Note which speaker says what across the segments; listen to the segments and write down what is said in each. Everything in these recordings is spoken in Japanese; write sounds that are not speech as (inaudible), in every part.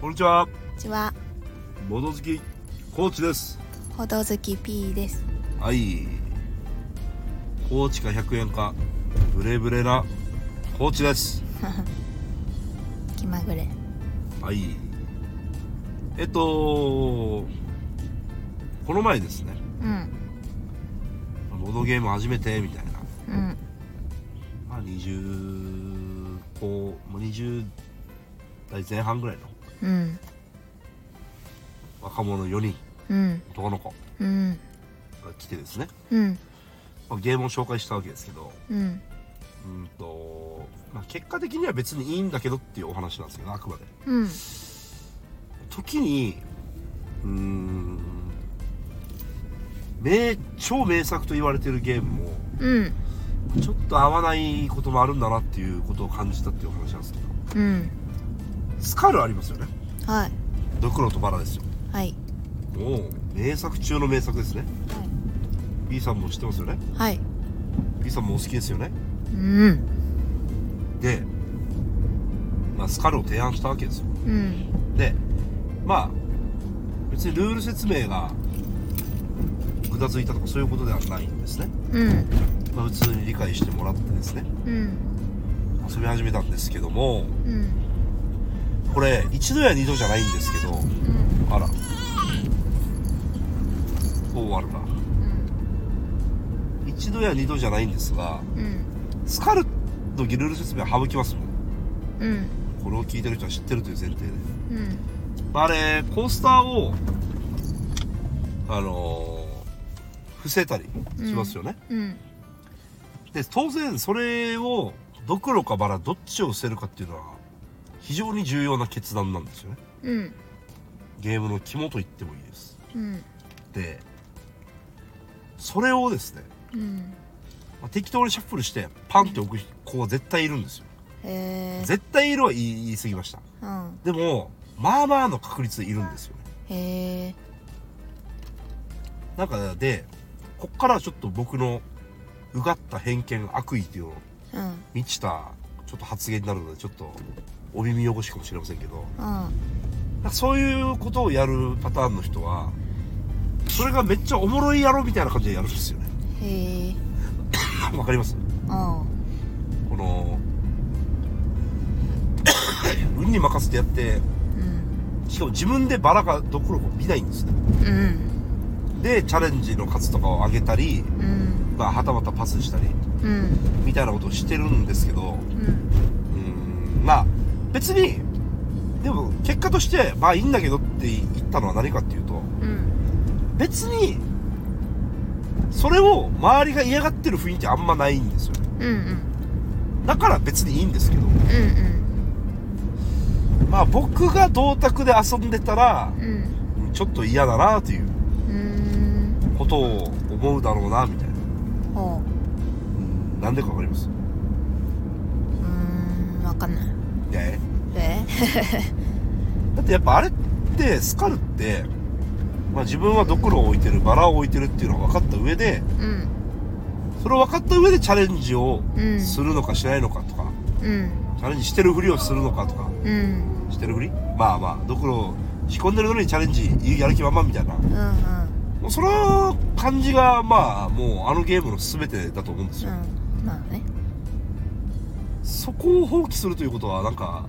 Speaker 1: こんにちは。
Speaker 2: こんにちは
Speaker 1: もの好きコーチです。
Speaker 2: ほど好き P です
Speaker 1: はい。コーチか100円か、ブレブレなコーチです。
Speaker 2: 気まぐれ
Speaker 1: はい。えっと、この前ですね、
Speaker 2: うん
Speaker 1: ボードゲーム始めてみたいな、
Speaker 2: うん
Speaker 1: まあ20後、まあ20代前半ぐらいの
Speaker 2: うん
Speaker 1: 若者4人、
Speaker 2: うん
Speaker 1: 男の子
Speaker 2: うん
Speaker 1: が来てですね、
Speaker 2: うん
Speaker 1: まあ、ゲームを紹介したわけですけど、
Speaker 2: うん
Speaker 1: うんと、まあ、結果的には別にいいんだけどっていうお話なんですけど、あくまで。
Speaker 2: うん
Speaker 1: 時にうーん名超名作と言われてるゲームも
Speaker 2: うん
Speaker 1: ちょっと合わないこともあるんだなっていうことを感じたっていうお話なんですけど
Speaker 2: うん
Speaker 1: スカルありますよね
Speaker 2: はい
Speaker 1: ドクロとバラですよ
Speaker 2: はい
Speaker 1: もう名作中の名作ですね B さんも知ってますよね
Speaker 2: はい
Speaker 1: B さんもお好きですよね
Speaker 2: うん
Speaker 1: で、まあ、スカルを提案したわけですよ
Speaker 2: うん
Speaker 1: でまあ別にルール説明がぐだついたとかそういうことではないんですね
Speaker 2: うん
Speaker 1: まあ、普通に理解してもらってですね
Speaker 2: うん
Speaker 1: 遊び始めたんですけども
Speaker 2: うん
Speaker 1: これ一度や二度じゃないんですけどあらこうあるな一度や二度じゃないんですが
Speaker 2: うん
Speaker 1: スカルのルール説明は省きますもん
Speaker 2: うん
Speaker 1: これを聞いてる人は知ってるという前提で、
Speaker 2: うん
Speaker 1: まあ、あれコースターをあのー伏せたりしますよね、
Speaker 2: うん
Speaker 1: で当然それをドクロかバラどっちを伏せるかっていうのは非常に重要な決断なんですよね
Speaker 2: うん
Speaker 1: ゲームの肝と言ってもいいです
Speaker 2: うん
Speaker 1: でそれをですね、
Speaker 2: うん
Speaker 1: まあ適当にシャッフルしてパンって置く子は絶対いるんですよ
Speaker 2: へえ
Speaker 1: 絶対いるは言い言い過ぎました
Speaker 2: うん
Speaker 1: でもまあまあの確率でいるんですよね
Speaker 2: へえ
Speaker 1: なんかでこっからはちょっと僕のうがった偏見悪意っていうのを
Speaker 2: うん
Speaker 1: 満ちたちょっと発言になるのでちょっとお耳汚しかもしれませんけど
Speaker 2: うん
Speaker 1: なんかそういうことをやるパターンの人はそれがめっちゃおもろいやろみたいな感じでやるんですよね
Speaker 2: へえ
Speaker 1: わかります
Speaker 2: うん
Speaker 1: この (coughs) 運に任せてやって
Speaker 2: うん
Speaker 1: しかも自分でバラがどころか見ないんですね
Speaker 2: うん
Speaker 1: でチャレンジの数とかを上げたり、
Speaker 2: うん
Speaker 1: まあ、はたまたパスしたり
Speaker 2: うん
Speaker 1: みたいなことをしてるんですけど
Speaker 2: うん
Speaker 1: うーんまあ別にでも結果としてまあいいんだけどって言ったのは何かっていうと
Speaker 2: うん
Speaker 1: 別にそれを周りが嫌がってる雰囲気あんまないんですよね
Speaker 2: うん
Speaker 1: だから別にいいんですけど
Speaker 2: うん
Speaker 1: まあ僕が銅卓で遊んでたら
Speaker 2: うん
Speaker 1: ちょっと嫌だなという
Speaker 2: うん
Speaker 1: ことを思うだろうなみたいな
Speaker 2: ほ
Speaker 1: うんなんでかわかります
Speaker 2: ううんわかんない
Speaker 1: ね
Speaker 2: え
Speaker 1: だってやっぱあれってスカルって、まあ、自分はドクロを置いてるバラを置いてるっていうのが分かった上で
Speaker 2: うん
Speaker 1: それを分かった上でチャレンジを
Speaker 2: うん
Speaker 1: するのかしないのかとか、
Speaker 2: うん
Speaker 1: チャレンジしてるふりをするのかとか
Speaker 2: うん
Speaker 1: してるふりまあまあドクロを仕込んでるのにチャレンジやる気満々みたいなも
Speaker 2: うんうん
Speaker 1: うその感じがまあもうあのゲームの全てだと思うんです
Speaker 2: う
Speaker 1: よ、
Speaker 2: んまあね
Speaker 1: そこを放棄するということはなんか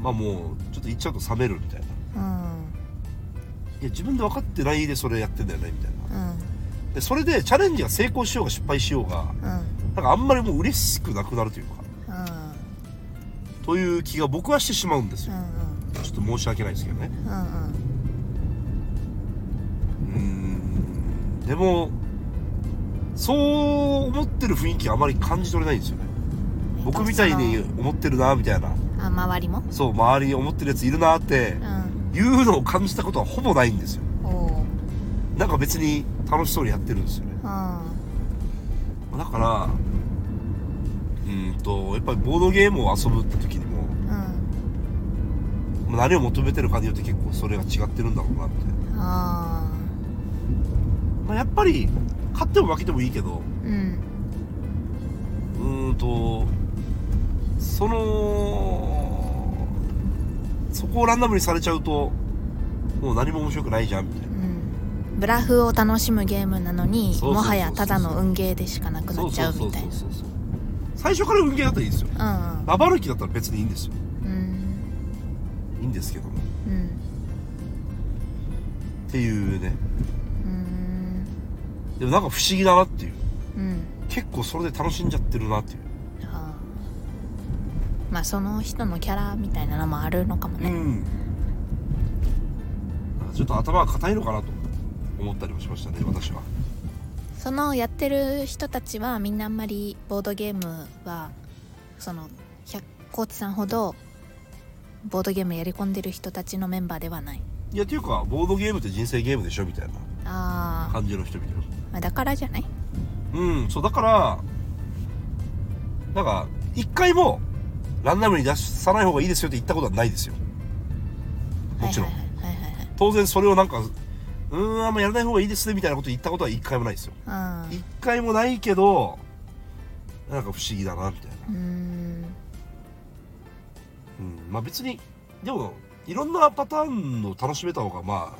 Speaker 1: まあもうちょっと言っちゃうと冷めるみたいない
Speaker 2: うん
Speaker 1: や自分で分かってないでそれやってんだよねみたいな
Speaker 2: うん
Speaker 1: でそれでチャレンジが成功しようが失敗しようが
Speaker 2: うん
Speaker 1: なんかあんまりもう嬉しくなくなるというか
Speaker 2: うん
Speaker 1: という気が僕はしてしまうんです
Speaker 2: う
Speaker 1: よ
Speaker 2: ん
Speaker 1: ちょっと申し訳ないですけどね
Speaker 2: うんうん
Speaker 1: うーんでもそう思ってる雰囲気あまり感じ取れないんですよね僕みたいに思ってるなみたいな
Speaker 2: あ周りも
Speaker 1: そう周りに思ってるやついるなって
Speaker 2: うん
Speaker 1: いうのを感じたことはほぼないんですよ
Speaker 2: おう
Speaker 1: なんか別に楽しそうにやってるんですよね
Speaker 2: うん
Speaker 1: だからうーんとやっぱりボードゲームを遊ぶって時にも
Speaker 2: うん
Speaker 1: まあ何を求めてるかによって結構それが違ってるんだろうなみたいな、
Speaker 2: あ
Speaker 1: まあ、やっぱり勝っても負けてもいいけど
Speaker 2: ーうん
Speaker 1: うーんとそのそここをランダムにされちゃうともう何も面白くないじゃんみたいな
Speaker 2: うんブラフを楽しむゲームなの
Speaker 1: そ
Speaker 2: に
Speaker 1: うそうそうそう
Speaker 2: もはやただの運ゲーでしかなくな
Speaker 1: そ
Speaker 2: っ
Speaker 1: う
Speaker 2: ち
Speaker 1: そ
Speaker 2: ゃ
Speaker 1: う
Speaker 2: う
Speaker 1: そ
Speaker 2: み
Speaker 1: う
Speaker 2: た
Speaker 1: そ
Speaker 2: いな
Speaker 1: うそうそう最初から運ゲーだったらいいですよ
Speaker 2: うん
Speaker 1: ラバルキだったら別にいいんですよ
Speaker 2: うん
Speaker 1: いいんですけども
Speaker 2: うん
Speaker 1: っていうね
Speaker 2: うん
Speaker 1: でもなんか不思議だなっていう
Speaker 2: うん
Speaker 1: 結構それで楽しんじゃってるなっていう
Speaker 2: あーまあその人のキャラみたいなのもあるのかも
Speaker 1: う
Speaker 2: ね
Speaker 1: んなんかちょっと頭が硬いのかなと思ったりもしましたね私は
Speaker 2: そのやってる人たちはみんなあんまりボードゲームはその百コーチさんほどボードゲームやり込んでる人たちのメンバーではない
Speaker 1: いやっていうかボードゲームって人生ゲームでしょみたいな
Speaker 2: あー
Speaker 1: 感じの人みたいな
Speaker 2: まあだからじゃない
Speaker 1: うんそうだからなんか一回もランダムに出さない方がいいですよって言ったことはないですよもちろん、
Speaker 2: はいはいはいはい
Speaker 1: 当然それをなんかうーんあんまやらない方がいいですねみたいなこと言ったことは一回もないですよ
Speaker 2: はいはい
Speaker 1: 一回もないけどなんか不思議だなみたいな
Speaker 2: うんうーん
Speaker 1: うんまあ別にでもいろんなパターンを楽しめた方がまあ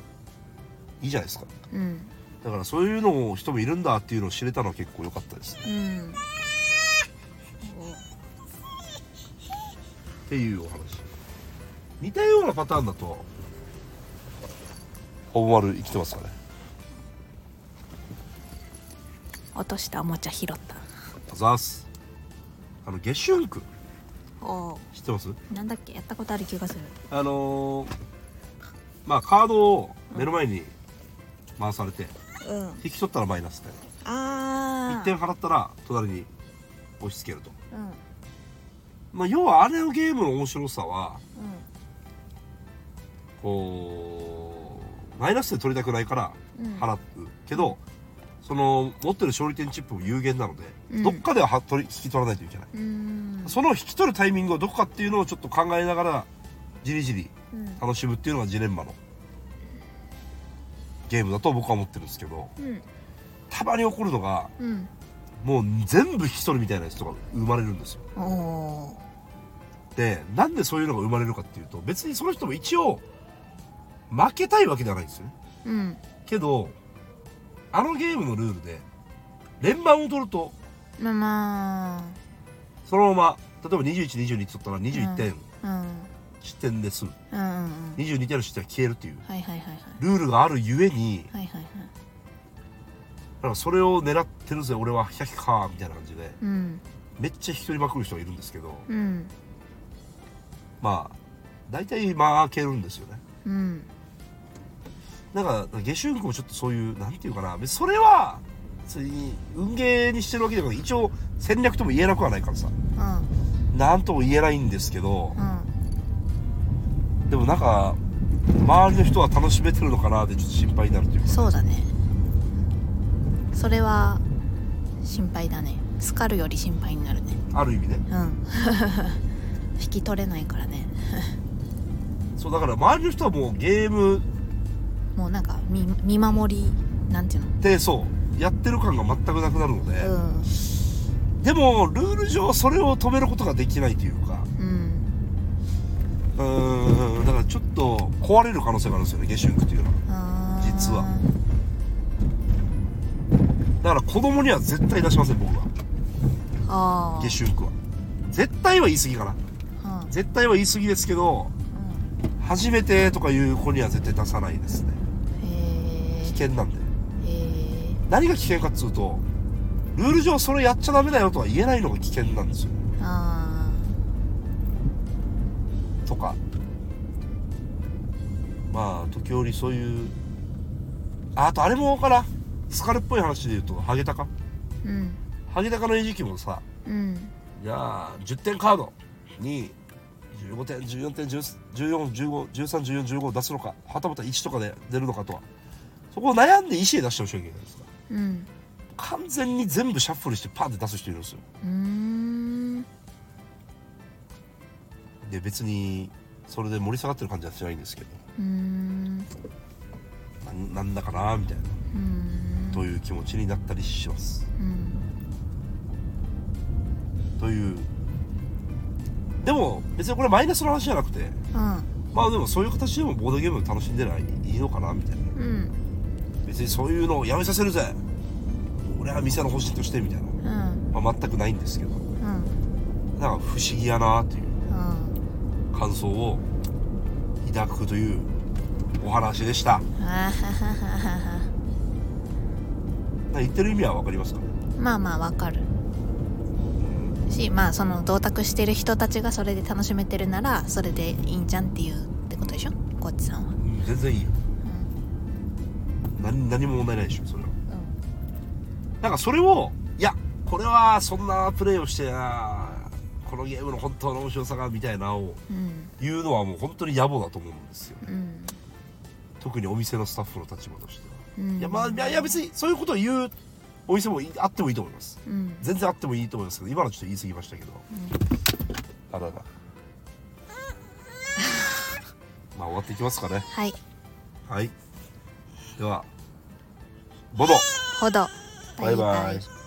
Speaker 1: いいじゃないですか
Speaker 2: うん
Speaker 1: だからそういうのを人もいるんだっていうのを知れたのは結構良かったですね
Speaker 2: うん
Speaker 1: っていうお話似たようなパターンだとほぼ丸生きてますかね
Speaker 2: 落としたおもちゃ拾った
Speaker 1: あざーすあの月春区
Speaker 2: おお
Speaker 1: 知ってます
Speaker 2: なんだっけやったことある気がする
Speaker 1: あのーまあカードを目の前に回されて
Speaker 2: うん
Speaker 1: 引き取ったらマイナスで
Speaker 2: あ
Speaker 1: 1
Speaker 2: あ
Speaker 1: 点払ったら隣に押し付けると
Speaker 2: うんうん
Speaker 1: まあ、要はあれのゲームの面白さはこうマイナスで取りたくないから
Speaker 2: うん
Speaker 1: 払うけど、その持ってる勝利点チップも有限なので、
Speaker 2: うん
Speaker 1: どっかではは取り引き取らないといけない、
Speaker 2: うーん
Speaker 1: その引き取るタイミングをどこかっていうのをちょっと考えながらじりじり
Speaker 2: うん
Speaker 1: 楽しむっていうのがジレンマのゲームだと僕は思ってるんですけど
Speaker 2: うん
Speaker 1: たまに起こるのが
Speaker 2: うん
Speaker 1: もう全部引き取るみたいな人が生まれるんですよ
Speaker 2: おお
Speaker 1: でなんでそういうのが生まれるかっていうと別にその人も一応負けたいわけではないんですよね
Speaker 2: ーうん
Speaker 1: けどあのゲームのルールで連番を取ると
Speaker 2: まあま
Speaker 1: そのまま例えば2122取ったら21点
Speaker 2: あうん
Speaker 1: 失点で済む
Speaker 2: うんうんうん
Speaker 1: 22点の失点は消えるっていう
Speaker 2: はいはいはいはい
Speaker 1: ルールがあるゆえに
Speaker 2: はいはいはい
Speaker 1: なんかそれを狙ってるぜ俺はヒャヒャーみたいな感じで
Speaker 2: うん
Speaker 1: めっちゃ引き取りまくる人がいるんですけど
Speaker 2: うん
Speaker 1: まあ大体負けるんですよね
Speaker 2: うん
Speaker 1: なんか下春君もちょっとそういうなんていうかな別にそれは別に運ゲーにしてるわけだから一応戦略とも言えなくはないからさ
Speaker 2: うん
Speaker 1: なんとも言えないんですけど
Speaker 2: うん
Speaker 1: でもなんか周りの人は楽しめてるのかなってちょっと心配になるというか
Speaker 2: そうだねそれは心配だねスカルより心配になるね
Speaker 1: ある意味ね
Speaker 2: うん引き取れないからね
Speaker 1: そうだから周りの人はもうゲーム
Speaker 2: もうなんか見見守りなんていう
Speaker 1: でそうやってる感が全くなくなるので、
Speaker 2: のうん
Speaker 1: でもルール上それを止めることができないというか
Speaker 2: うん
Speaker 1: うーんだからちょっと壊れる可能性があるんですよね下春区というのは
Speaker 2: あー
Speaker 1: 実はだから子供には絶対出しません僕は
Speaker 2: ああ
Speaker 1: 下春区は絶対は言い過ぎかな絶対は言い過ぎですけど
Speaker 2: う
Speaker 1: 初めてとかいう子には絶対出さないですね
Speaker 2: んへえ
Speaker 1: 危険なんで
Speaker 2: へ
Speaker 1: 何が危険かっつうとルール上それやっちゃダメだよとは言えないのが危険なんですよ
Speaker 2: えあ
Speaker 1: とかまあ時折そういうああとあれもかなスカルっぽい話で言うとハゲタカ
Speaker 2: ーうん
Speaker 1: ハゲタカの餌食もさ
Speaker 2: うん
Speaker 1: じゃあ10点カードに15点14点1415131415出すのかはたまた1とかで出るのかとはそこを悩んで石で出してほしいわけじゃないですか
Speaker 2: うん
Speaker 1: 完全に全部シャッフルしてパンって出す人いるんですよ
Speaker 2: うーん
Speaker 1: で別にそれで盛り下がってる感じはしないんですけど
Speaker 2: うーん
Speaker 1: なんなんだかなみたいな
Speaker 2: うーん
Speaker 1: という気持ちになったりします
Speaker 2: うん
Speaker 1: というでも別にこれマイナスの話じゃなくて
Speaker 2: うん
Speaker 1: まあでもそういう形でもボードゲームを楽しんでないいいのかなみたいな
Speaker 2: うん
Speaker 1: 別にそういうのをやめさせるぜ俺は店の方針としてみたい
Speaker 2: うんうん
Speaker 1: な、まあ、全くないんですけど
Speaker 2: うん
Speaker 1: なんか不思議やなっていう感想を抱くというお話でした
Speaker 2: あはははは
Speaker 1: なんか言ってる意味は分かりますか
Speaker 2: まあまあわかるしまあその同卓してる人たちがそれで楽しめてるならそれでいいんじゃんっていうってことでしょこっちさんは
Speaker 1: うん全然いいよ
Speaker 2: うん
Speaker 1: 何何も問題ないでしょそれは
Speaker 2: うん
Speaker 1: なんかそれをいやこれはそんなプレーをしてなこのゲームの本当の面白さがみたいなを
Speaker 2: うん
Speaker 1: 言うのはもう本当に野暮だと思うんですよ
Speaker 2: うん
Speaker 1: 特にお店のスタッフの立場としては、
Speaker 2: うん
Speaker 1: いやまあいやいや別にそういうことを言うお店もいあってもいいと思います
Speaker 2: うん
Speaker 1: 全然あってもいいと思いますけど今のちょっと言い過ぎましたけど、あら (laughs) らまあ終わっていきますかね
Speaker 2: はい
Speaker 1: はいではボド
Speaker 2: ほど
Speaker 1: バイバイ